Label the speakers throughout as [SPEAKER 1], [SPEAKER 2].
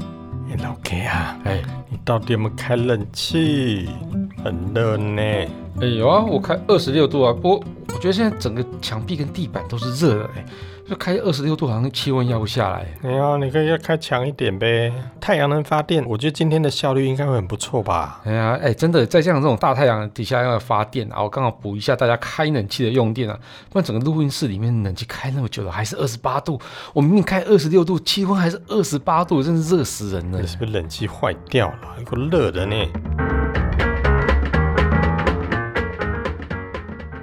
[SPEAKER 1] 哎老 K 啊，
[SPEAKER 2] 哎
[SPEAKER 1] 你到底有没有开冷气？很热呢。
[SPEAKER 2] 哎有啊，我开二十六度啊，不过我觉得现在整个墙壁跟地板都是热的、哎，就开二十六度好像气温压不下来。
[SPEAKER 1] 没有，哎你可以要开强一点呗。太阳能发电，我觉得今天的效率应该会很不错吧？
[SPEAKER 2] 哎呀，哎，真的，在这样这种大太阳底下要发电啊，我刚好补一下大家开冷气的用电啊，不然整个录音室里面冷气开那么久了，还是二十八度，我明明开二十六度，气温还是二十八度，真是热死人了
[SPEAKER 1] 你。是不是冷气坏掉了？有个热的呢。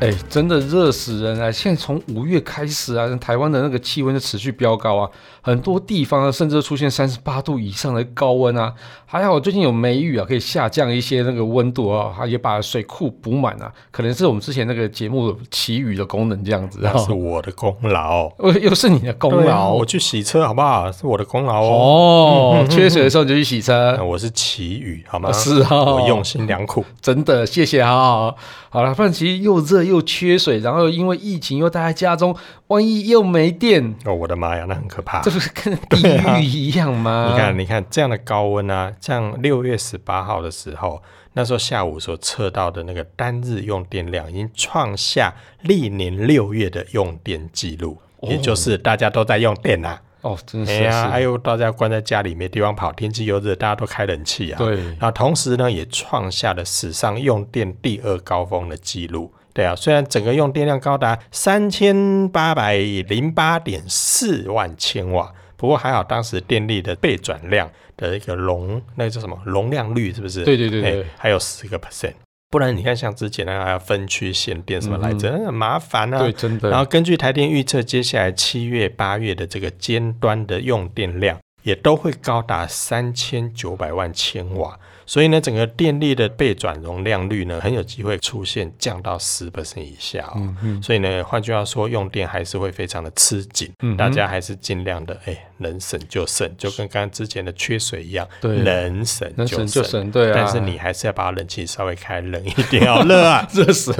[SPEAKER 2] 哎，真的热死人啊！现在从五月开始啊，台湾的那个气温就持续飙高啊，很多地方啊甚至出现三十八度以上的高温啊。还好最近有梅雨啊，可以下降一些那个温度啊，也把水库补满啊。可能是我们之前那个节目祈雨的功能这样子啊
[SPEAKER 1] 那，是我的功劳，
[SPEAKER 2] 又又是你的功
[SPEAKER 1] 对啊
[SPEAKER 2] 劳
[SPEAKER 1] 我去洗车好不好？是我的功劳哦。
[SPEAKER 2] 哦。缺水的时候你就去洗车
[SPEAKER 1] 那，我是祈雨好吗？
[SPEAKER 2] 啊是啊
[SPEAKER 1] 嗯我用心良苦。
[SPEAKER 2] 真的谢谢啊。好了，不然其实又热又缺水，然后因为疫情又待在家中，万一又没电。
[SPEAKER 1] 哦，我的妈呀，那很可怕
[SPEAKER 2] 这。不呃是跟地狱一样 吗？
[SPEAKER 1] 你看，你看这样的高温啊，像六月十八号的时候，那时候下午所测到的那个单日用电量已经创下历年六月的用电记录，也就是大家都在用电呐、啊。
[SPEAKER 2] 哦，真的
[SPEAKER 1] 哎
[SPEAKER 2] 哦是，
[SPEAKER 1] 呀，
[SPEAKER 2] 是
[SPEAKER 1] 还有大家关在家里没地方跑，天气又热，大家都开冷气啊。
[SPEAKER 2] 对，
[SPEAKER 1] 那同时呢，也创下了史上用电第二高峰的记录。对啊，虽然整个用电量高达三千八百零八点四万千瓦，不过还好当时电力的备转量的一个容，那个叫什么容量率是不是？
[SPEAKER 2] 对对对对
[SPEAKER 1] 哎还有十个 percent。不然你看，像之前那啊个还要分区限电什么来着，那很麻烦啊。
[SPEAKER 2] 嗯对，真的，
[SPEAKER 1] 然后根据台电预测，接下来七月、八月的这个尖端的用电量也都会高达三千九百万千瓦，所以呢，整个电力的备转容量率呢，很有机会出现降到十 percent 以下、哦。
[SPEAKER 2] 嗯
[SPEAKER 1] 所以呢，换句话说，用电还是会非常的吃紧，
[SPEAKER 2] 嗯
[SPEAKER 1] 大家还是尽量的，哎，能省就省，就跟刚刚之前的缺水一样，
[SPEAKER 2] 对
[SPEAKER 1] 能省
[SPEAKER 2] 能
[SPEAKER 1] 就
[SPEAKER 2] 省就省，对啊。！
[SPEAKER 1] 但是你还是要把冷气稍微开冷一点，好热啊
[SPEAKER 2] 热死，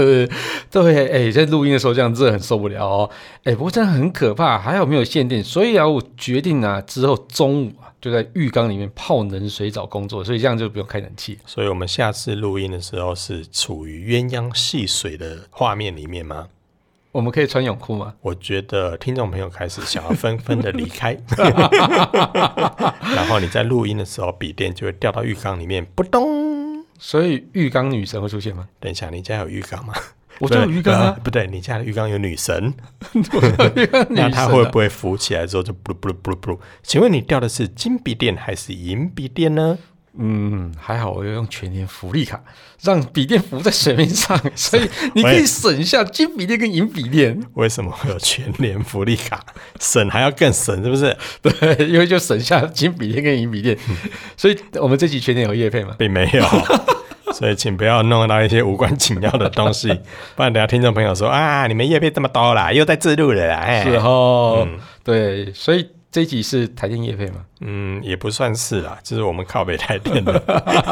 [SPEAKER 2] 对，哎、在录音的时候这样热很受不了哦，哎、不过真的很可怕，还好没有限电，所以啊，我决定啊之后中午啊就在浴缸里面泡冷水澡工作，所以这样就不用开冷气。
[SPEAKER 1] 所以我们下次录音的时候是处于鸳鸯戏水的画面里面吗？
[SPEAKER 2] 我们可以穿泳裤吗？
[SPEAKER 1] 我觉得听众朋友开始想要纷纷的离开， 然后你在录音的时候，笔电就会掉到浴缸里面，扑咚。
[SPEAKER 2] 所以浴缸女神会 出现吗？
[SPEAKER 1] 等一下，你家有浴缸吗？
[SPEAKER 2] 我就有浴缸啊
[SPEAKER 1] 呃，不对，你家的浴缸有女神，
[SPEAKER 2] 浴缸女神、
[SPEAKER 1] 那
[SPEAKER 2] 啊。
[SPEAKER 1] 它会不会浮起来之后就布鲁布鲁布鲁布鲁？请问你掉的是金笔电还是银笔电呢？
[SPEAKER 2] 嗯，还好我要用全年福利卡，让笔电浮在水面 上，所以你可以省下金笔电跟银笔电，
[SPEAKER 1] 为什么会有全年福利卡？省还要更省，是不是？
[SPEAKER 2] 对，嗯因为就省下金笔电跟银笔电，所以我们这期全年有业配嘛？
[SPEAKER 1] 并没 有，所以请不要弄到一些无关紧要的东 西，不然等下听众朋友说啊，你们业配这么多啦，又在自录了啦，哎，
[SPEAKER 2] 是哦，对，所以这一集是台电业配嘛？
[SPEAKER 1] 嗯，也不算是啦，就是我们靠北台电的。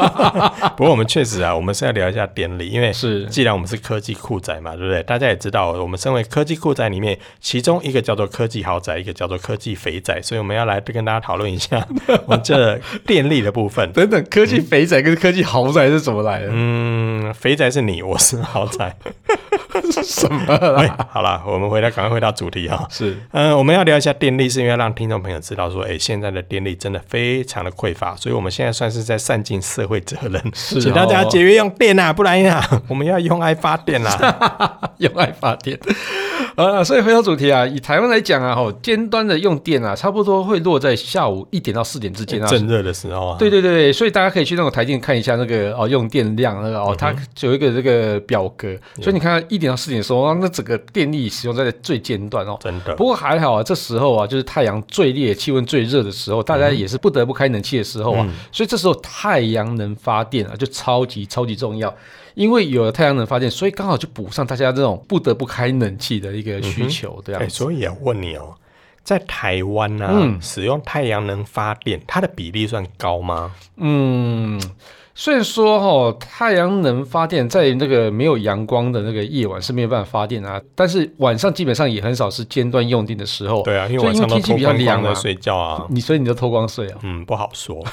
[SPEAKER 1] 不过我们确实啊，我们是要聊一下典礼，因为
[SPEAKER 2] 是
[SPEAKER 1] 既然我们是科技酷宅嘛，对不对？大家也知道，我们身为科技酷宅里面，其中一个叫做科技豪宅，一个叫做科技肥宅，所以我们要来跟大家讨论一下我们这 电力的部分。
[SPEAKER 2] 等等，科技肥宅跟科技豪宅是怎么来的？
[SPEAKER 1] 嗯，肥宅是你，我是豪宅。
[SPEAKER 2] 是 什么 啦？
[SPEAKER 1] 哎，好了，我们回来，赶快回到主题啊、
[SPEAKER 2] 是
[SPEAKER 1] 嗯，我们要聊一下电力，是因为要让听众朋友知道说，哎，现在的电力真的非常的匮乏，所以我们现在算是在善尽社会责任，
[SPEAKER 2] 是哦
[SPEAKER 1] 请大家节啊
[SPEAKER 2] 啊
[SPEAKER 1] 约用电啊，不然呀、我们要用爱发电啦、
[SPEAKER 2] 用爱发电。啊，所以回到主题啊，以台湾来讲啊，吼，尖端的用电啊，差不多会落在下午一点到四点之间啊。
[SPEAKER 1] 正热的时候啊，
[SPEAKER 2] 对对对，所以大家可以去那种台电看一下那个哦用电量那个
[SPEAKER 1] 嗯
[SPEAKER 2] 哦，它有一个这个表格，所以你看一点到四点的时候，哦那整个电力使用在最尖端哦。
[SPEAKER 1] 真的
[SPEAKER 2] 不过还好啊，这时候啊，就是太阳最烈、气温最热的时候，大
[SPEAKER 1] 嗯
[SPEAKER 2] 家也是不得不开冷气的时候啊，所以这时候太阳能发电啊，就超级超级重要。因为有了太阳能发电，所以刚好就补上大家这种不得不开冷气的一个需求，对啊
[SPEAKER 1] 哎，。所以也问你哦，在台湾呢、啊，
[SPEAKER 2] 嗯
[SPEAKER 1] 使用太阳能发电，它的比例算高吗？
[SPEAKER 2] 嗯，虽然说哦，太阳能发电在那个没有阳光的那个夜晚是没有办法发电啊，但是晚上基本上也很少是间断用电的时候。
[SPEAKER 1] 对啊，因为
[SPEAKER 2] 就
[SPEAKER 1] 晚上都
[SPEAKER 2] 天气
[SPEAKER 1] 脱
[SPEAKER 2] 比较
[SPEAKER 1] 光光
[SPEAKER 2] 凉
[SPEAKER 1] 的
[SPEAKER 2] 啊。
[SPEAKER 1] 睡觉啊，
[SPEAKER 2] 你所以你就偷光睡啊，
[SPEAKER 1] 嗯，不好 说。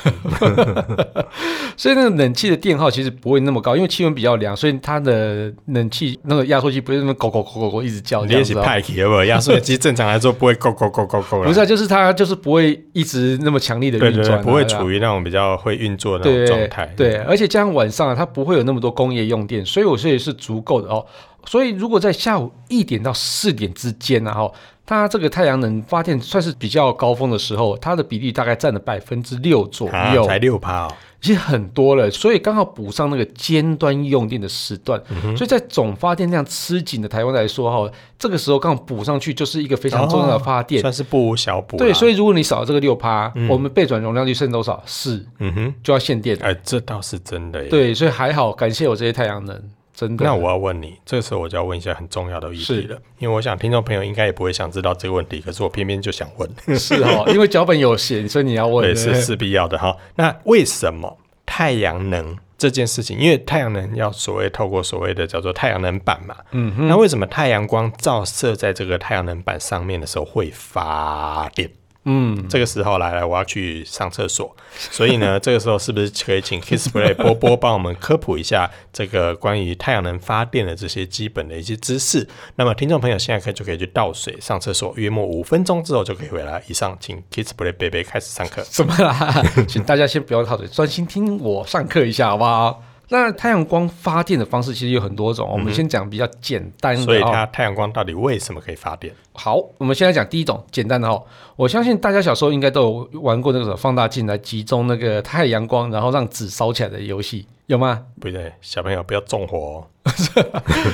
[SPEAKER 2] 所以那个冷气的电耗其实不会那么高，因为气温比较凉，所以它的冷气那个压缩机不会那么狗狗狗狗狗一直叫
[SPEAKER 1] 你
[SPEAKER 2] 这样
[SPEAKER 1] 也是
[SPEAKER 2] 子、哦。
[SPEAKER 1] 派克尔压缩机，正常来说不会够够够够够
[SPEAKER 2] 不是、啊，就是它就是不会一直那么强力的
[SPEAKER 1] 对对
[SPEAKER 2] 运
[SPEAKER 1] 对
[SPEAKER 2] 转、啊，，
[SPEAKER 1] 不会
[SPEAKER 2] 对啊
[SPEAKER 1] 处于那种比较会运作的那
[SPEAKER 2] 对
[SPEAKER 1] 种状态。嗯
[SPEAKER 2] 对，而且加上晚上啊，它不会有那么多工业用电，所以我说也是足够的哦。所以如果在下午一点到四点之间啊，哈，它这个太阳能发电算是比较高峰的时候，它的比例大概占了百分之六左
[SPEAKER 1] 啊
[SPEAKER 2] 右，，
[SPEAKER 1] 才六趴哦，
[SPEAKER 2] 其实很多了，所以刚好补上那个尖端用电的时段，
[SPEAKER 1] 嗯
[SPEAKER 2] 所以在总发电量吃紧的台湾来说，哈，这个时候刚好补上去就是一个非常重要的发
[SPEAKER 1] 哦
[SPEAKER 2] 电。
[SPEAKER 1] 算是不无小补啦。
[SPEAKER 2] 对，所
[SPEAKER 1] 以
[SPEAKER 2] 以如果你少了这个六趴，
[SPEAKER 1] 嗯
[SPEAKER 2] 我们备转容量率剩多少？四，
[SPEAKER 1] 嗯哼，
[SPEAKER 2] 就要限电。
[SPEAKER 1] 哎，这倒是真的耶。
[SPEAKER 2] 对，所以还好，感谢我这些太阳能，真的。
[SPEAKER 1] 那我要问你，这时候我就要问一下很重要的议题了，因为我想听众朋友应该也不会想知道这个问题，可是我偏偏就想问，
[SPEAKER 2] 是 哦，因为脚本有写，所以你要问。
[SPEAKER 1] 对，
[SPEAKER 2] 对不
[SPEAKER 1] 是
[SPEAKER 2] 对
[SPEAKER 1] 是必要的哈。那为什么太阳能这件事情？因为太阳能要所谓透过所谓的叫做太阳能板嘛，
[SPEAKER 2] 嗯哼，
[SPEAKER 1] 那为什么太阳光照射在这个太阳能板上面的时候会发电？
[SPEAKER 2] 嗯，
[SPEAKER 1] 这个时候来来，我要去上厕所，所以呢， 这个时候是不是可以请 Kissplay 波波帮我们科普一下这个关于太阳能发电的这些基本的一些知识？那么听众朋友现在可以就可以去倒水上厕所，约莫五分钟之后就可以回来。以上，请 Kissplay 贝贝开始上课。
[SPEAKER 2] 怎么啦？ 请大家先不要套嘴，专心听我上课一下，好不好？那太阳光发电的方式其实有很多种，我们先讲比较简单的、
[SPEAKER 1] 嗯
[SPEAKER 2] 哦。
[SPEAKER 1] 所以它太阳光到底为什么可以发电？
[SPEAKER 2] 好，我们现在讲第一种简单的哦。我相信大家小时候应该都有玩过那个什么放大镜来集中那个太阳光，然后让纸烧起来的游戏，有吗？
[SPEAKER 1] 不对，小朋友不要纵火哦。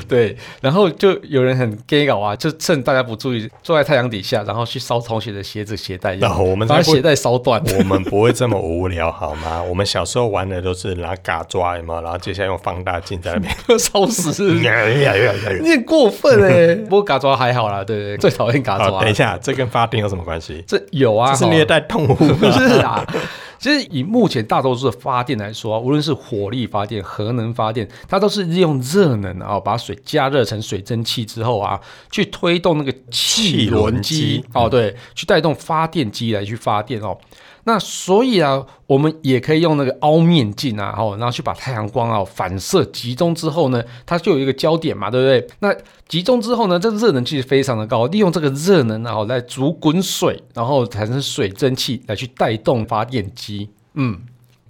[SPEAKER 2] 对，然后就有人很 gay 搞啊，就趁大家不注意，坐在太阳底下，然后去烧同学的鞋子鞋带，
[SPEAKER 1] 那我们
[SPEAKER 2] 把
[SPEAKER 1] 才不
[SPEAKER 2] 鞋带烧断。
[SPEAKER 1] 我们不会这么无聊好吗？我们小时候玩的都是拿嘎抓有没有？然后接下来用放大镜在那 边。
[SPEAKER 2] 烧死是
[SPEAKER 1] 嗯
[SPEAKER 2] 不是，
[SPEAKER 1] 好
[SPEAKER 2] 你很过分哎、不过嘎抓还好啦，对不对？最讨厌嘎抓
[SPEAKER 1] 啊等一。下，这跟发电有什么关系？
[SPEAKER 2] 这有啊，
[SPEAKER 1] 这是
[SPEAKER 2] 哈
[SPEAKER 1] 虐待动物
[SPEAKER 2] 不
[SPEAKER 1] 吗？
[SPEAKER 2] 是啊，其实以目前大多数的发电来说啊，无论是火力发电、核能发电，它都是利用热能啊，把水加热成水蒸气之后啊，去推动那个气
[SPEAKER 1] 气
[SPEAKER 2] 轮
[SPEAKER 1] 轮
[SPEAKER 2] 机
[SPEAKER 1] 机
[SPEAKER 2] 哦，对，去带动发电机来去发电哦。那所以啊，我们也可以用那个凹面镜啊，哦，然后去把太阳光啊反射集中之后呢，它就有一个焦点嘛，对不对？那集中之后呢，这热能其实非常的高，利用这个热能然后来煮滚水，然后产生水蒸气来去带动发电机。嗯，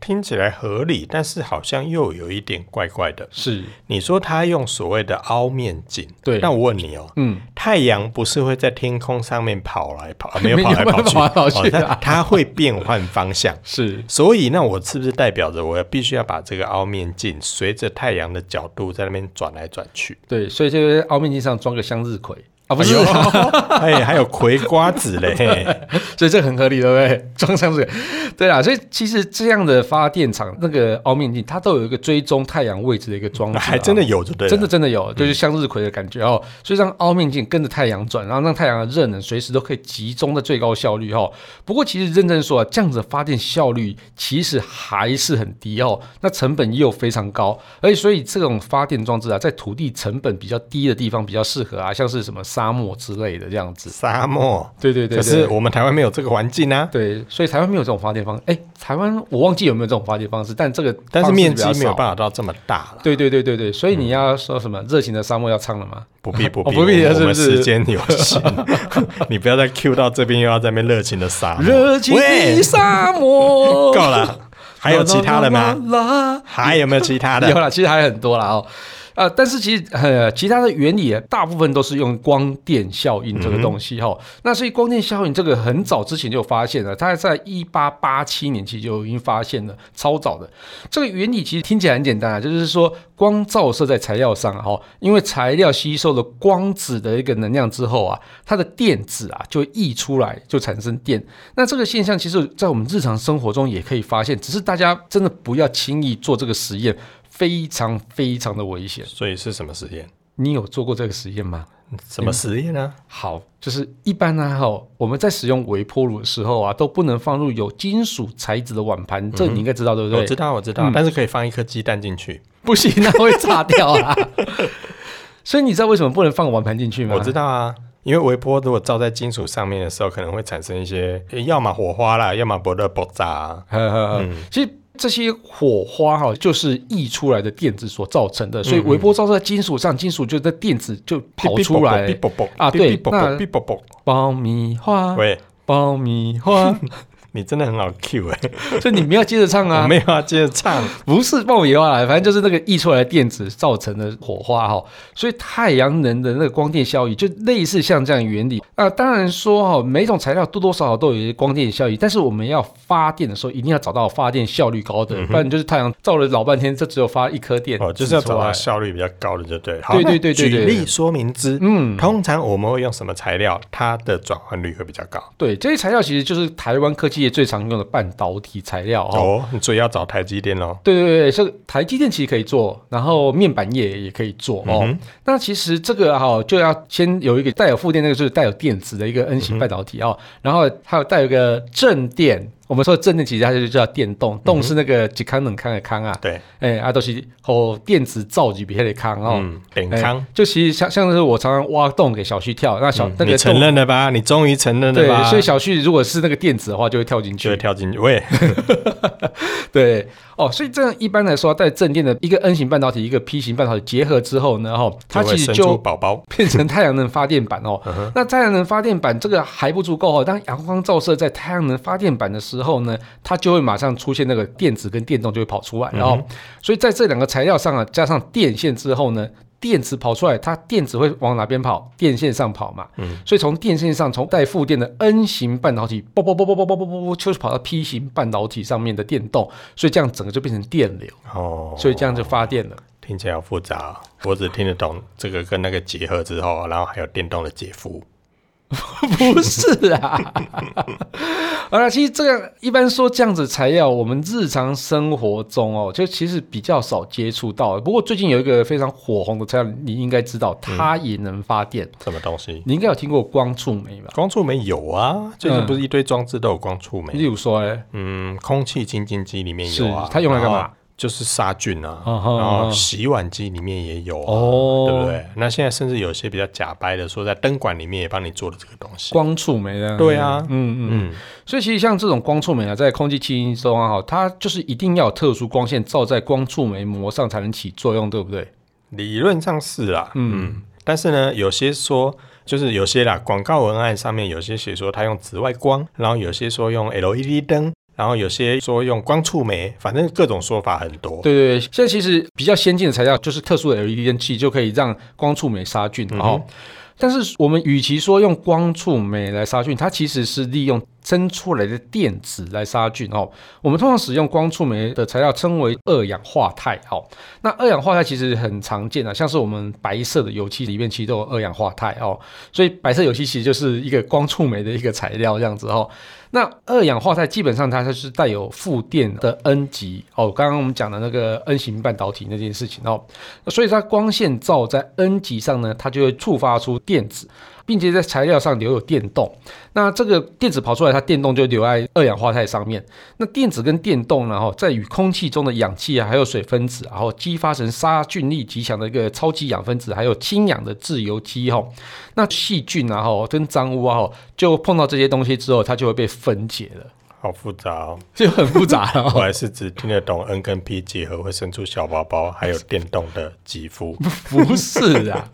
[SPEAKER 1] 听起来合理，但是好像又有一点怪怪的。
[SPEAKER 2] 是，
[SPEAKER 1] 你说他用所谓的凹面镜，
[SPEAKER 2] 对
[SPEAKER 1] 那我问你哦，
[SPEAKER 2] 嗯，
[SPEAKER 1] 太阳不是会在天空上面跑来跑，啊、没有
[SPEAKER 2] 没
[SPEAKER 1] 跑来
[SPEAKER 2] 有
[SPEAKER 1] 跑去，
[SPEAKER 2] 跑来跑去
[SPEAKER 1] 哦那
[SPEAKER 2] 啊
[SPEAKER 1] 它会变换方向。
[SPEAKER 2] 是，
[SPEAKER 1] 所以，那我是不是代表着我必须要把这个凹面镜随着太阳的角度在那边转来转去？
[SPEAKER 2] 对，所以就是凹面镜上装个向日葵啊，不是、
[SPEAKER 1] 哎呦，哎，还有葵瓜子嘞，嘿
[SPEAKER 2] 所以这很合理，对不对？ 装上去，对啊啦，所以其实这样的发电厂那个凹面镜，它都有一个追踪太阳位置的一个装置、啊
[SPEAKER 1] 还真的。有就对了，啊
[SPEAKER 2] 真的真的有，就是向日葵的感觉哦，所以让凹面镜跟着太阳转，然后让太阳的热能随时都可以集中的最高效率哦。不过其实认真说啊，这样子的发电效率其实还是很低哦，那成本又非常高，而且所以这种发电装置啊，在土地成本比较低的地方比较适合啊，像是什么沙漠之类的这样子。
[SPEAKER 1] 沙漠。
[SPEAKER 2] 对对对对，
[SPEAKER 1] 可是我们台湾没有这个环境啊，
[SPEAKER 2] 对，所以台湾没有这种发电方，哎，台湾我忘记有没有这种发电方式，但这个
[SPEAKER 1] 但是
[SPEAKER 2] 方式
[SPEAKER 1] 面
[SPEAKER 2] 比
[SPEAKER 1] 积
[SPEAKER 2] 较
[SPEAKER 1] 没有
[SPEAKER 2] 少
[SPEAKER 1] 办法嗯到这么大了，
[SPEAKER 2] 对对对对对，所以你要说什么热情的沙漠要唱了吗？
[SPEAKER 1] 不必不必，
[SPEAKER 2] 哦不必
[SPEAKER 1] 我们
[SPEAKER 2] 是不是
[SPEAKER 1] 我们时间有限， 你不要再 Q 到这边，又要在那边热情的沙漠，
[SPEAKER 2] 热情
[SPEAKER 1] 喂
[SPEAKER 2] 的沙漠，
[SPEAKER 1] 够了，还有其他的吗？
[SPEAKER 2] 啦啦啦啦？
[SPEAKER 1] 还有没有其他的？
[SPEAKER 2] 有啦，其实还有很多啦哦。呃，但是其实呃，其他的原理大部分都是用光电效应这个东西
[SPEAKER 1] 嗯
[SPEAKER 2] 哈、那所以光电效应这个很早之前就发现了，它在一八八七年其实就已经发现了，超早的。这个原理其实听起来很简单啊，就是说光照射在材料上哈、哦，因为材料吸收了光子的一个能量之后啊，它的电子啊就会溢出来，就产生电。那这个现象其实，在我们日常生活中也可以发现，只是大家真的不要轻易做这个实验，非常非常的危险。
[SPEAKER 1] 所以是什么实验？
[SPEAKER 2] 你有做过这个实验吗？
[SPEAKER 1] 什么实验呢、
[SPEAKER 2] 好，就是一般呢、哈，我们在使用微波炉的时候啊，都不能放入有金属材质的碗盘，这你应该知道对不对？
[SPEAKER 1] 我知道，我知道，
[SPEAKER 2] 嗯
[SPEAKER 1] 但是可以放一颗鸡蛋进去。
[SPEAKER 2] 不行，那会炸掉啊。所以你知道为什么不能放碗盘进去吗？
[SPEAKER 1] 我知道啊，因为微波如果照在金属上面的时候，可能会产生一些，呃要么火花啦，要么不热爆炸、啊。
[SPEAKER 2] 呵呵呵，其实这些火花哈、就是溢出来的电子所造成的，所以微波照射在金属上，金属就在电子就跑出来。
[SPEAKER 1] 哔啵啵
[SPEAKER 2] 啊
[SPEAKER 1] 哔
[SPEAKER 2] 对
[SPEAKER 1] 哔啵
[SPEAKER 2] 那
[SPEAKER 1] 啵哔啵啵。
[SPEAKER 2] 爆米花，
[SPEAKER 1] 喂，
[SPEAKER 2] 爆米花，
[SPEAKER 1] 你真的很好 Q 哎、
[SPEAKER 2] 所以你们要接着唱啊
[SPEAKER 1] 我！没有要接着唱。
[SPEAKER 2] 不是爆米花啦，反正就是那个溢出来的电子造成的火花哈、所以太阳能的那个光电效应就类似像这样的原理。那、当然说哈、每种材料多多少少都有一些光电效应，但是我们要发电的时候一定要找到发电效率高的，不然就是太阳照了老半天，这只有发一颗电
[SPEAKER 1] 嗯哦，就是要
[SPEAKER 2] 出
[SPEAKER 1] 找到
[SPEAKER 2] 来。
[SPEAKER 1] 效率比较高的就对了。好
[SPEAKER 2] 对对对对
[SPEAKER 1] 举
[SPEAKER 2] 对
[SPEAKER 1] 例说明之。
[SPEAKER 2] 嗯，
[SPEAKER 1] 通常我们会用什么材料？它的转换率会比较高。
[SPEAKER 2] 对，这些材料其实就是台湾科技业最常用的半导体材料哈、
[SPEAKER 1] 哦，你所以要找台积电喽。
[SPEAKER 2] 对对对，这个台积电其实可以做，然后面板业也可以做
[SPEAKER 1] 嗯
[SPEAKER 2] 哦。
[SPEAKER 1] 哼
[SPEAKER 2] 那其实这个哈、就要先有一个带有负电，那个就是带有电子的一个
[SPEAKER 1] 嗯
[SPEAKER 2] N 型半导体哦，然后还有带有一个正电。我们说的正电，其实它就叫电
[SPEAKER 1] 嗯
[SPEAKER 2] 动，动是那个几康冷康的康啊，
[SPEAKER 1] 对，
[SPEAKER 2] 哎、啊都是哦电子造极比较的康哦。
[SPEAKER 1] 嗯，点
[SPEAKER 2] 哎
[SPEAKER 1] 康。
[SPEAKER 2] 就其实像像是我常常挖洞给小旭跳，那小、
[SPEAKER 1] 嗯
[SPEAKER 2] 那
[SPEAKER 1] 你
[SPEAKER 2] 个
[SPEAKER 1] 承
[SPEAKER 2] 洞
[SPEAKER 1] 认了吧？你终于承认了吧？
[SPEAKER 2] 对，所以小旭如果是那个电子的话，就会跳进去
[SPEAKER 1] 就会。跳进去。喂，
[SPEAKER 2] 对哦，所以这样一般来说，在正电的一个 N 型半导体、一个 P 型半导体结合之后呢，哈、 哦它
[SPEAKER 1] 就会
[SPEAKER 2] 其实
[SPEAKER 1] 生出
[SPEAKER 2] 就
[SPEAKER 1] 宝宝。
[SPEAKER 2] 变成太阳能发电板哦。那太阳能发电板这个还不足够哦，当阳光照射在太阳能发电板的时候呢，它就会马上出现那个电子跟电动就会跑出来，哦。所以在这两个材料上啊，加上电线之后呢。电子跑出来，它电子会往哪边跑？电线上跑嘛。嗯，所以从电线上，从带负电的 N 型半导体，啵啵啵啵啵啵啵啵啵，就是跑到 P 型半导体上面的电动，所以这样整个就变成电流，
[SPEAKER 1] 哦，
[SPEAKER 2] 所以这样就发电了。
[SPEAKER 1] 听起来好复杂哦、我只听得懂这个跟那个结合之后，啊然后还有电动的姐夫。
[SPEAKER 2] 不是啊。好了，其实这个一般说这样子材料，我们日常生活中哦，就其实比较少接触到。不过最近有一个非常火红的材料，你应该知道，
[SPEAKER 1] 嗯
[SPEAKER 2] 它也能发电。
[SPEAKER 1] 什么东西？
[SPEAKER 2] 你应该有听过光触媒吧？
[SPEAKER 1] 光触媒有啊，最
[SPEAKER 2] 嗯
[SPEAKER 1] 近不是一堆装置都有光触媒。
[SPEAKER 2] 例如说，哎，
[SPEAKER 1] 嗯，空气清净机里面有啊
[SPEAKER 2] 是，它用来干嘛
[SPEAKER 1] 然后就是杀菌啊，
[SPEAKER 2] 啊哈
[SPEAKER 1] 然
[SPEAKER 2] 啊
[SPEAKER 1] 后
[SPEAKER 2] 哈
[SPEAKER 1] 洗碗机里面也有啊，
[SPEAKER 2] 哦
[SPEAKER 1] 对不对？那现在甚至有些比较假掰的，说在灯管里面也帮你做了这个东西。
[SPEAKER 2] 光触媒的，
[SPEAKER 1] 对啊，
[SPEAKER 2] 嗯嗯。
[SPEAKER 1] 嗯，
[SPEAKER 2] 所以其实像这种光触媒啊，在空气清新中啊，哈它就是一定要有特殊光线照在光触媒膜上才能起作用，对不对？
[SPEAKER 1] 理论上是啦，嗯，但是呢，有些说就是有些啦，广告文案上面有些写说它用紫外光，然后有些说用 LED 灯，然后有些说用光触媒，反正各种说法很多。
[SPEAKER 2] 对对对，现在其实比较先进的材料就是特殊的 LED 灯器，就可以让光触媒杀菌
[SPEAKER 1] 嗯哼
[SPEAKER 2] 哦。但是我们与其说用光触媒来杀菌，它其实是利用蒸出来的电子来杀菌哦。我们通常使用光触媒的材料称为二氧化钛哦。那二氧化钛其实很常见啊，像是我们白色的油漆里面其实都有二氧化钛哦，所以白色油漆其实就是一个光触媒的一个材料这样子哦。那二氧化钛基本上它就是带有负电的 N 极哦，刚刚我们讲的那个 N 型半导体那件事情哦，所以它光线照在 N 极上呢，它就会触发出电子，并且在材料上留有电动。那这个电子跑出来，它电动就留在二氧化钛上面。那电子跟电动呢，哈，在与空气中的氧气啊，还有水分子啊，然后激发成杀菌力极强的一个超级氧分子，还有氢氧的自由基哈、那细菌啊，哈，跟脏污啊，哈，就碰到这些东西之后，它就会被分解了，
[SPEAKER 1] 好复杂哦，
[SPEAKER 2] 就很复杂了、
[SPEAKER 1] 我
[SPEAKER 2] 哦。
[SPEAKER 1] 还是只听得懂 N 跟 P 结 合会生出小宝宝，还有电动的肌肤。
[SPEAKER 2] 不是啊，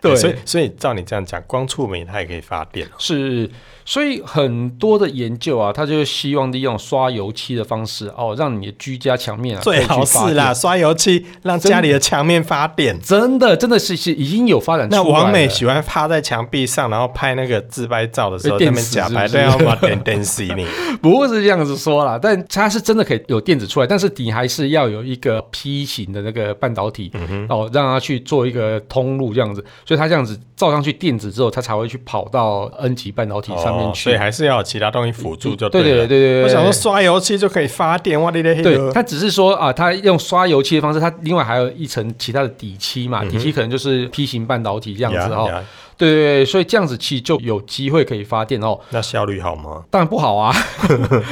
[SPEAKER 2] 对，
[SPEAKER 1] 所以所以照你这样讲，光触媒它也可以发电哦。
[SPEAKER 2] 是，所以很多的研究啊，他就希望利用刷油漆的方式哦，让你的居家墙面啊
[SPEAKER 1] 最好是啦，，刷油漆让家里的墙面发电。
[SPEAKER 2] 可以去发电真的真的是是已经有发展出
[SPEAKER 1] 那
[SPEAKER 2] 来了。
[SPEAKER 1] 王美喜欢趴在墙壁上，然后拍那个自拍照的时候，
[SPEAKER 2] 被
[SPEAKER 1] 他
[SPEAKER 2] 电
[SPEAKER 1] 们
[SPEAKER 2] 死
[SPEAKER 1] 假
[SPEAKER 2] 是
[SPEAKER 1] 拍，
[SPEAKER 2] 不是
[SPEAKER 1] 对啊，把电电死你。
[SPEAKER 2] 不是这样子说啦，但它是真的可以有电子出来，但是你还是要有一个 P 型的那个半导体、
[SPEAKER 1] 嗯
[SPEAKER 2] 哦，让它去做一个通路这样子，所以它这样子照上去电子之后，它才会去跑到 N 级半导体 上面
[SPEAKER 1] 哦
[SPEAKER 2] 去。
[SPEAKER 1] 所以还是要有其他东西辅助就
[SPEAKER 2] 对
[SPEAKER 1] 对
[SPEAKER 2] 对对
[SPEAKER 1] 了。
[SPEAKER 2] 对对，
[SPEAKER 1] 我想说刷油漆就可以发电，哇你的黑
[SPEAKER 2] 对，它只是说啊，它用刷油漆的方式，它另外还有一层其他的底漆
[SPEAKER 1] 嗯
[SPEAKER 2] 嘛，底漆可能就是 P 型半导体这样子哦。
[SPEAKER 1] 呀呀
[SPEAKER 2] 对对对，所以这样子其实就有机会可以发电哦。
[SPEAKER 1] 那效率好吗？
[SPEAKER 2] 当然不 好啊，
[SPEAKER 1] 我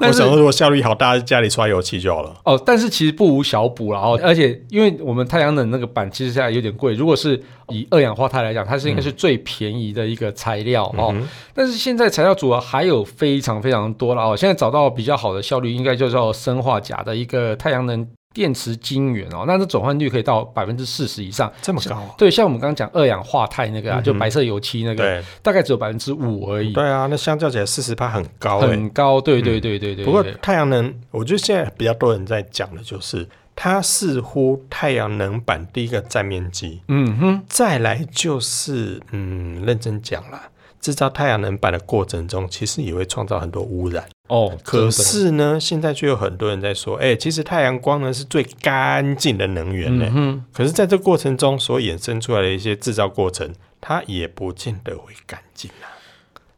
[SPEAKER 2] 但是
[SPEAKER 1] 想说，如果效率好，大家在家里刷油漆就好了。
[SPEAKER 2] 哦，但是其实不无小补了哦。而且因为我们太阳能那个板其实现在有点贵，如果是以二氧化钛来讲，它是应该是最便宜的一个材料哦。
[SPEAKER 1] 嗯
[SPEAKER 2] 但是现在材料组合还有非常非常多了哦。现在找到比较好的效率，应该就叫生化钾的一个太阳能电池晶圆哦，那这转换率可以到百分之四十以上。
[SPEAKER 1] 这么高啊？
[SPEAKER 2] 对，像我们刚刚讲二氧化钛那个啊，就白色油漆那个，
[SPEAKER 1] 嗯对
[SPEAKER 2] 大概只有百分之五而已，
[SPEAKER 1] 对啊，那相较起来四十趴很高哎、
[SPEAKER 2] 很欸高。对对对对对对。
[SPEAKER 1] 不过太阳能，我觉得现在比较多人在讲的就是，它似乎太阳能板第一个占面积，
[SPEAKER 2] 嗯哼，
[SPEAKER 1] 再来就是嗯，认真讲啦，制造太阳能板的过程中，其实也会创造很多污染。
[SPEAKER 2] 哦，
[SPEAKER 1] 可
[SPEAKER 2] 真的
[SPEAKER 1] 是呢，现在却有很多人在说，哎、其实太阳光呢是最干净的能源呢、
[SPEAKER 2] 嗯哼。
[SPEAKER 1] 可是，在这过程中所衍生出来的一些制造过程，它也不见得会干净啊。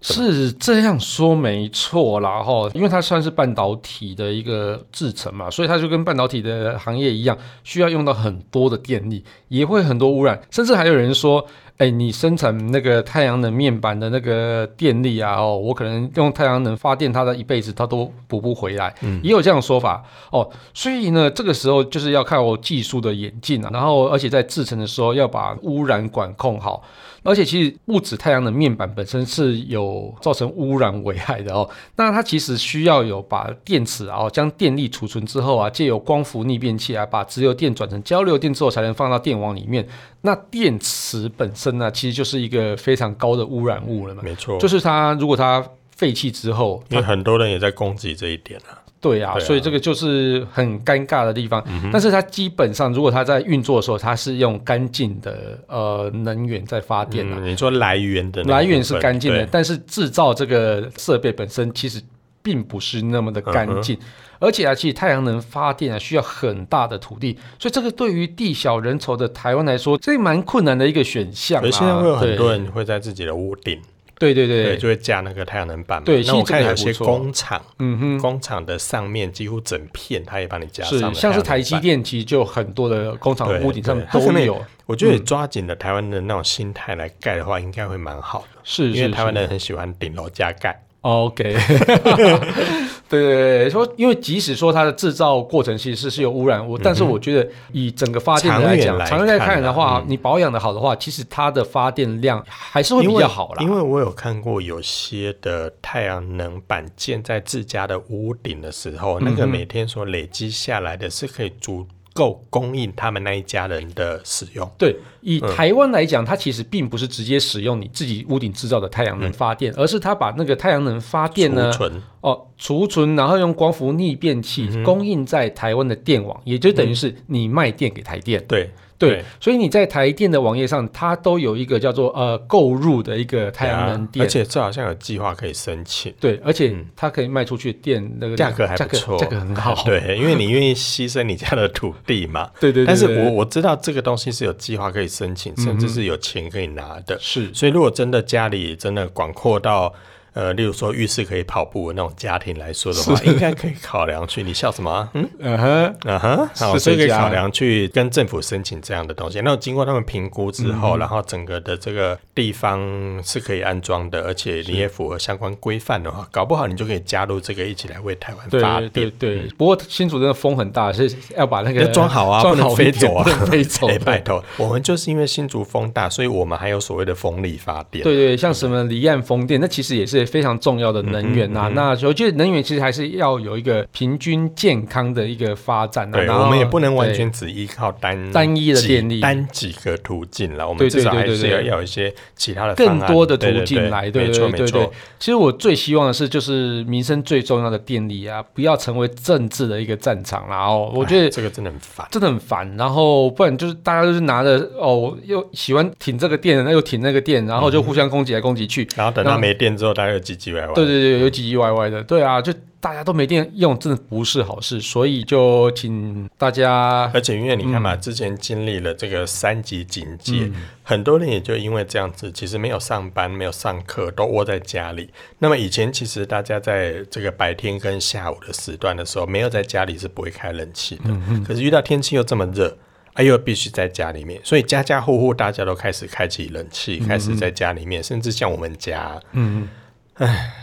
[SPEAKER 2] 是这样说没错啦，哈，因为它算是半导体的一个制成嘛，所以它就跟半导体的行业一样，需要用到很多的电力，也会很多污染，甚至还有人说，哎，你生产那个太阳能面板的那个电力啊，哦，我可能用太阳能发电它的一辈子，它都补不回来，也有这样的说法哦。所以呢，这个时候就是要靠技术的演进啊，然后而且在制成的时候要把污染管控好，而且其实不止太阳能面板本身是有造成污染危害的哦，那它其实需要有把电池啊、哦，将电力储存之后啊，借由光伏逆变器啊，把直流电转成交流电之后，才能放到电网里面。那电池本身呢、其实就是一个非常高的污染物了嘛，
[SPEAKER 1] 没错，
[SPEAKER 2] 就是它如果它废弃之后，
[SPEAKER 1] 因为很多人也在攻击这一点啊。
[SPEAKER 2] 对啊，
[SPEAKER 1] 对啊嗯
[SPEAKER 2] 所以这个就是很尴尬的地方。但是它基本上，如果它在运作的时候，它是用干净的呃能源在发电啊。
[SPEAKER 1] 嗯，你说来源的那个
[SPEAKER 2] 来源是干净
[SPEAKER 1] 部
[SPEAKER 2] 的，
[SPEAKER 1] 分，
[SPEAKER 2] 但是制造这个设备本身其实并不是那么的
[SPEAKER 1] 嗯
[SPEAKER 2] 干净，而且啊，其实太阳能发电啊需要很大的土地，所以这个对于地小人稠的台湾来说，这蛮困难的一个选项、啊。
[SPEAKER 1] 所以现在会有很多人会在自己的屋顶，
[SPEAKER 2] 对对对
[SPEAKER 1] 对，
[SPEAKER 2] 对，
[SPEAKER 1] 就会架那个太阳能板嘛。
[SPEAKER 2] 对
[SPEAKER 1] 那我
[SPEAKER 2] 其实这个
[SPEAKER 1] 看有
[SPEAKER 2] 还不
[SPEAKER 1] 些
[SPEAKER 2] 错
[SPEAKER 1] 工厂，
[SPEAKER 2] 嗯哼。
[SPEAKER 1] 工厂的上面几乎整片，它也帮你加上
[SPEAKER 2] 是，
[SPEAKER 1] 了
[SPEAKER 2] 像是
[SPEAKER 1] 太阳能
[SPEAKER 2] 台积
[SPEAKER 1] 板。
[SPEAKER 2] 电，其实就很多的工厂
[SPEAKER 1] 对
[SPEAKER 2] 屋顶上
[SPEAKER 1] 对它
[SPEAKER 2] 都
[SPEAKER 1] 可能也
[SPEAKER 2] 有，
[SPEAKER 1] 我觉得也抓紧了台湾的那种心态来盖的话，应该会蛮好的，
[SPEAKER 2] 是
[SPEAKER 1] 因
[SPEAKER 2] 是
[SPEAKER 1] 为台湾
[SPEAKER 2] 是
[SPEAKER 1] 人很喜欢顶楼加盖。
[SPEAKER 2] OK，对对对，说因为即使说它的制造过程其实是有污染物，但是我觉得以整个发电的来
[SPEAKER 1] 长
[SPEAKER 2] 讲，
[SPEAKER 1] 远来
[SPEAKER 2] 长远来
[SPEAKER 1] 看啊
[SPEAKER 2] 看的话，你保养的好的话，其实它的发电量还是会比较好啦
[SPEAKER 1] 因。为我有看过有些的太阳能板建在自家的屋顶的时
[SPEAKER 2] 嗯
[SPEAKER 1] 候，那个每天所累积下来的是可以足够供应他们那一家人的使用。
[SPEAKER 2] 对，以
[SPEAKER 1] 嗯
[SPEAKER 2] 台湾来讲，它其实并不是直接使用你自己屋顶制造的太阳能发电，而是它把那个太阳能发电呢
[SPEAKER 1] 嗯储，存
[SPEAKER 2] 哦，储存，然后用光伏逆变器
[SPEAKER 1] 嗯
[SPEAKER 2] 供应在台湾的电网，也就等于是你卖电给台电。
[SPEAKER 1] 对
[SPEAKER 2] 对，所以你在台电的网页上，它都有一个叫做呃购入的一个太阳能
[SPEAKER 1] 对啊而。
[SPEAKER 2] 电
[SPEAKER 1] 且这好像有计划可以申请。
[SPEAKER 2] 对，而且
[SPEAKER 1] 嗯
[SPEAKER 2] 它可以卖出去的电那个
[SPEAKER 1] 价格还
[SPEAKER 2] 价
[SPEAKER 1] 不
[SPEAKER 2] 格
[SPEAKER 1] 错，
[SPEAKER 2] 价格 很好。
[SPEAKER 1] 对，因为你愿意牺牲你家的土地嘛。
[SPEAKER 2] 对对对
[SPEAKER 1] 但是
[SPEAKER 2] 对嗯
[SPEAKER 1] 我我知道这个东西是有计划可以申请，甚至是有钱可以拿的。
[SPEAKER 2] 是
[SPEAKER 1] 所以如果真的家里真的广阔到。呃，例如说浴室可以跑步的那种家庭来说的话，应该可以考量去。你笑什么啊？嗯
[SPEAKER 2] 嗯哼，
[SPEAKER 1] 啊哈，好，
[SPEAKER 2] 是
[SPEAKER 1] 所以可以
[SPEAKER 2] 这样
[SPEAKER 1] 考量去跟政府申请这样的东西。那经过他们评估之
[SPEAKER 2] 嗯
[SPEAKER 1] 后，然后整个的这个地方是可以安装的，而且你也符合相关规范的话，搞不好你就可以加入这个一起来为台湾发
[SPEAKER 2] 对
[SPEAKER 1] 电。嗯
[SPEAKER 2] 对对。不过新竹真的风很大，是要把那个
[SPEAKER 1] 要装 好啊，
[SPEAKER 2] 装
[SPEAKER 1] 不
[SPEAKER 2] 好
[SPEAKER 1] 能
[SPEAKER 2] 一
[SPEAKER 1] 飞
[SPEAKER 2] 点
[SPEAKER 1] 走啊，
[SPEAKER 2] 不能 飞走。
[SPEAKER 1] 哎拜托，我们就是因为新竹风大，所以我们还有所谓的风力发电。
[SPEAKER 2] 对对，像什么离岸风电，那其实也是非常重要的能源呐、
[SPEAKER 1] 嗯哼嗯哼
[SPEAKER 2] 那我觉得能源其实还是要有一个平均健康的一个发展、啊。
[SPEAKER 1] 对，
[SPEAKER 2] 然后
[SPEAKER 1] 我们也不能完
[SPEAKER 2] 对
[SPEAKER 1] 全只依靠单
[SPEAKER 2] 单一的
[SPEAKER 1] 几
[SPEAKER 2] 电力
[SPEAKER 1] 单几个途径了。我们
[SPEAKER 2] 对
[SPEAKER 1] 至少
[SPEAKER 2] 对
[SPEAKER 1] 还
[SPEAKER 2] 对
[SPEAKER 1] 是
[SPEAKER 2] 对
[SPEAKER 1] 要
[SPEAKER 2] 对
[SPEAKER 1] 要有一些其他的
[SPEAKER 2] 更
[SPEAKER 1] 方案
[SPEAKER 2] 多的
[SPEAKER 1] 对
[SPEAKER 2] 途
[SPEAKER 1] 对
[SPEAKER 2] 径
[SPEAKER 1] 对
[SPEAKER 2] 来，对
[SPEAKER 1] 没
[SPEAKER 2] 对
[SPEAKER 1] 错
[SPEAKER 2] 对
[SPEAKER 1] 没
[SPEAKER 2] 对
[SPEAKER 1] 错。。
[SPEAKER 2] 其实我最希望的是，就是民生最重要的电力啊，不要成为政治的一个战场啦。哦，我觉
[SPEAKER 1] 哎
[SPEAKER 2] 得
[SPEAKER 1] 这个真的很烦。
[SPEAKER 2] 真的很烦。然后不然就是大家就是拿着哦，又喜欢挺这个电，又挺那个电，然后就互相攻击来攻击去。
[SPEAKER 1] 然后等它
[SPEAKER 2] 那
[SPEAKER 1] 没电之后，大家又唧唧歪歪。
[SPEAKER 2] 对对对，有唧唧歪歪的，对啊，就大家都没电用，真的不是好事。所以就请大家
[SPEAKER 1] 而且因为你看嘛，
[SPEAKER 2] 嗯
[SPEAKER 1] 之前经历了这个三级警戒，很多人也就因为这样子，其实没有上班，没有上课，都窝在家里。那么以前其实大家在这个白天跟下午的时段的时候，没有在家里是不会开冷气的。
[SPEAKER 2] 嗯
[SPEAKER 1] 可是遇到天气又这么热。哎又必须在家里面，所以家家户户大家都开始开启冷
[SPEAKER 2] 嗯
[SPEAKER 1] 气，开始在家里面，甚至像我们家，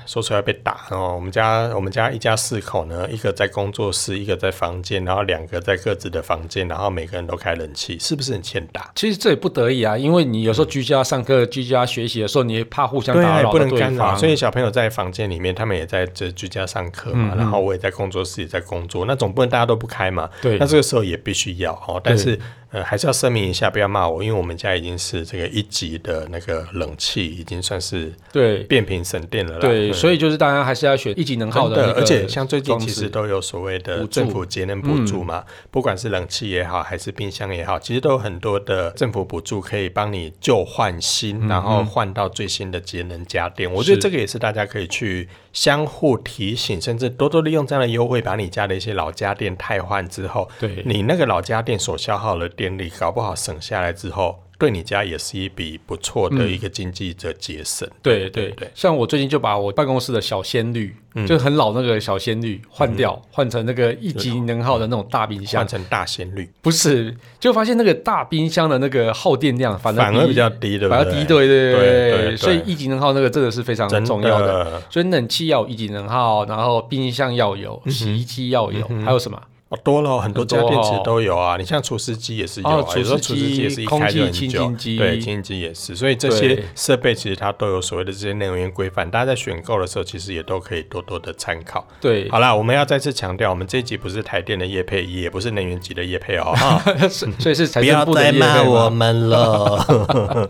[SPEAKER 1] 说出来被打哦。我们家我们家一家四口呢，一个在工作室，一个在房间，然后两个在各自的房间，然后每个人都开冷气，是不是很欠打？
[SPEAKER 2] 其实这也不得已啊，因为你有时候居家上课、居家学习的时候，你也怕互相
[SPEAKER 1] 对
[SPEAKER 2] 打
[SPEAKER 1] 啊，也
[SPEAKER 2] 扰
[SPEAKER 1] 不
[SPEAKER 2] 到
[SPEAKER 1] 能
[SPEAKER 2] 对
[SPEAKER 1] 干扰。
[SPEAKER 2] 方，
[SPEAKER 1] 所以小朋友在房间里面，他们也在这居家上课嘛，然后我也在工作室也在工作，那总不能大家都不开嘛。
[SPEAKER 2] 对
[SPEAKER 1] 那这个时候也必须要哦，但是呃还是要声明一下，不要骂我，因为我们家已经是这个一级的那个冷气，已经算是
[SPEAKER 2] 对
[SPEAKER 1] 变频省电了啦。
[SPEAKER 2] 对，
[SPEAKER 1] 嗯
[SPEAKER 2] 所以就是大家还是要选一级能耗
[SPEAKER 1] 真
[SPEAKER 2] 的那
[SPEAKER 1] 的，
[SPEAKER 2] 个
[SPEAKER 1] 而且像最近
[SPEAKER 2] 装
[SPEAKER 1] 其实
[SPEAKER 2] 置
[SPEAKER 1] 都有所谓的
[SPEAKER 2] 补助嗯
[SPEAKER 1] 政府节能补助嘛，不管是冷气也好，还是冰箱也好，其实都有很多的政府补助可以帮你旧换
[SPEAKER 2] 嗯
[SPEAKER 1] 新，然后换到最新的节能家电。我觉得
[SPEAKER 2] 是
[SPEAKER 1] 这个也是大家可以去相互提醒，甚至多多利用这样的优惠，把你家的一些老家电汰换之后，
[SPEAKER 2] 对
[SPEAKER 1] 你那个老家电所消耗的电力，搞不好省下来之后。对你家也是一笔不错
[SPEAKER 2] 嗯
[SPEAKER 1] 的一个经济的节省，
[SPEAKER 2] 对对
[SPEAKER 1] 对嗯
[SPEAKER 2] 对，像我最近就把我办公室的小仙绿，就很老那个小仙绿换掉，换成那个一级能耗的那种大冰
[SPEAKER 1] 换
[SPEAKER 2] 箱。
[SPEAKER 1] 成大仙率
[SPEAKER 2] 不是，就发现那个大冰箱的那个耗电量反而
[SPEAKER 1] 反而比较低，对不
[SPEAKER 2] 反而
[SPEAKER 1] 对？
[SPEAKER 2] 低，对对
[SPEAKER 1] 对对对
[SPEAKER 2] 所以一级能耗那个真的是非常
[SPEAKER 1] 真
[SPEAKER 2] 重要的。所以冷气要有一级能耗，然后冰箱要有，
[SPEAKER 1] 嗯
[SPEAKER 2] 洗衣机要有，还有什么？
[SPEAKER 1] 哦，多了哦很多
[SPEAKER 2] 很多
[SPEAKER 1] 家电其实
[SPEAKER 2] 哦
[SPEAKER 1] 都有啊。你像除湿机也是有、啊，
[SPEAKER 2] 哦
[SPEAKER 1] 有时候
[SPEAKER 2] 除
[SPEAKER 1] 除
[SPEAKER 2] 湿
[SPEAKER 1] 湿
[SPEAKER 2] 机
[SPEAKER 1] 机也是一开就很
[SPEAKER 2] 空气清
[SPEAKER 1] 久，
[SPEAKER 2] 净机
[SPEAKER 1] 对，清净机也是。所以这
[SPEAKER 2] 对
[SPEAKER 1] 些设备其实它都有所谓的这些能源规范，大家在选购的时候其实也都可以多多的参考。
[SPEAKER 2] 对，
[SPEAKER 1] 好啦，我们要再次强调，我们这一集不是台电的业配，也不是能源局的业配哦，哈
[SPEAKER 2] 所以所以是财
[SPEAKER 1] 不
[SPEAKER 2] 政
[SPEAKER 1] 要
[SPEAKER 2] 部的
[SPEAKER 1] 再
[SPEAKER 2] 业
[SPEAKER 1] 骂
[SPEAKER 2] 配
[SPEAKER 1] 我
[SPEAKER 2] 嘛，
[SPEAKER 1] 们 了。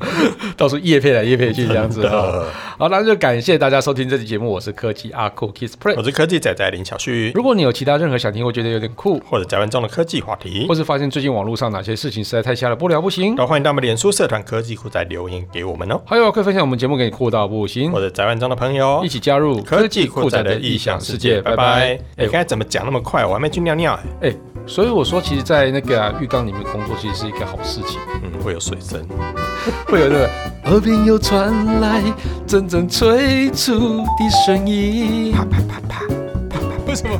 [SPEAKER 2] 到处业配来业配去这 样子哦。
[SPEAKER 1] 呃
[SPEAKER 2] 好，那就感谢大家收听这期节目，我是科技阿酷 Kiss Play
[SPEAKER 1] 我。是科技仔仔林小旭，
[SPEAKER 2] 如果你有其他任何想听，我觉得有点 酷，
[SPEAKER 1] 或者宅文中的科技话题
[SPEAKER 2] 或。是发现最近网络上哪些事情实在太瞎了，不聊 不行。
[SPEAKER 1] 都欢迎到我们脸书社团科技酷仔留言给我们哦，
[SPEAKER 2] 还有可以分享我们节目给你酷到 不行
[SPEAKER 1] 或，者宅文中的朋友哦
[SPEAKER 2] 一起加入
[SPEAKER 1] 科技酷宅的异想世界，拜拜。哎，
[SPEAKER 2] 哎
[SPEAKER 1] 刚才怎么讲那么快？我还没去尿尿。哎
[SPEAKER 2] 哎，所以我说，其实，在那个啊、浴缸里面工作，其实是一个好事 情，
[SPEAKER 1] 嗯，会有水声。
[SPEAKER 2] 会有那个耳边又传来阵阵催促的声音，啪啪啪啪啪啪，为什么？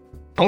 [SPEAKER 1] 同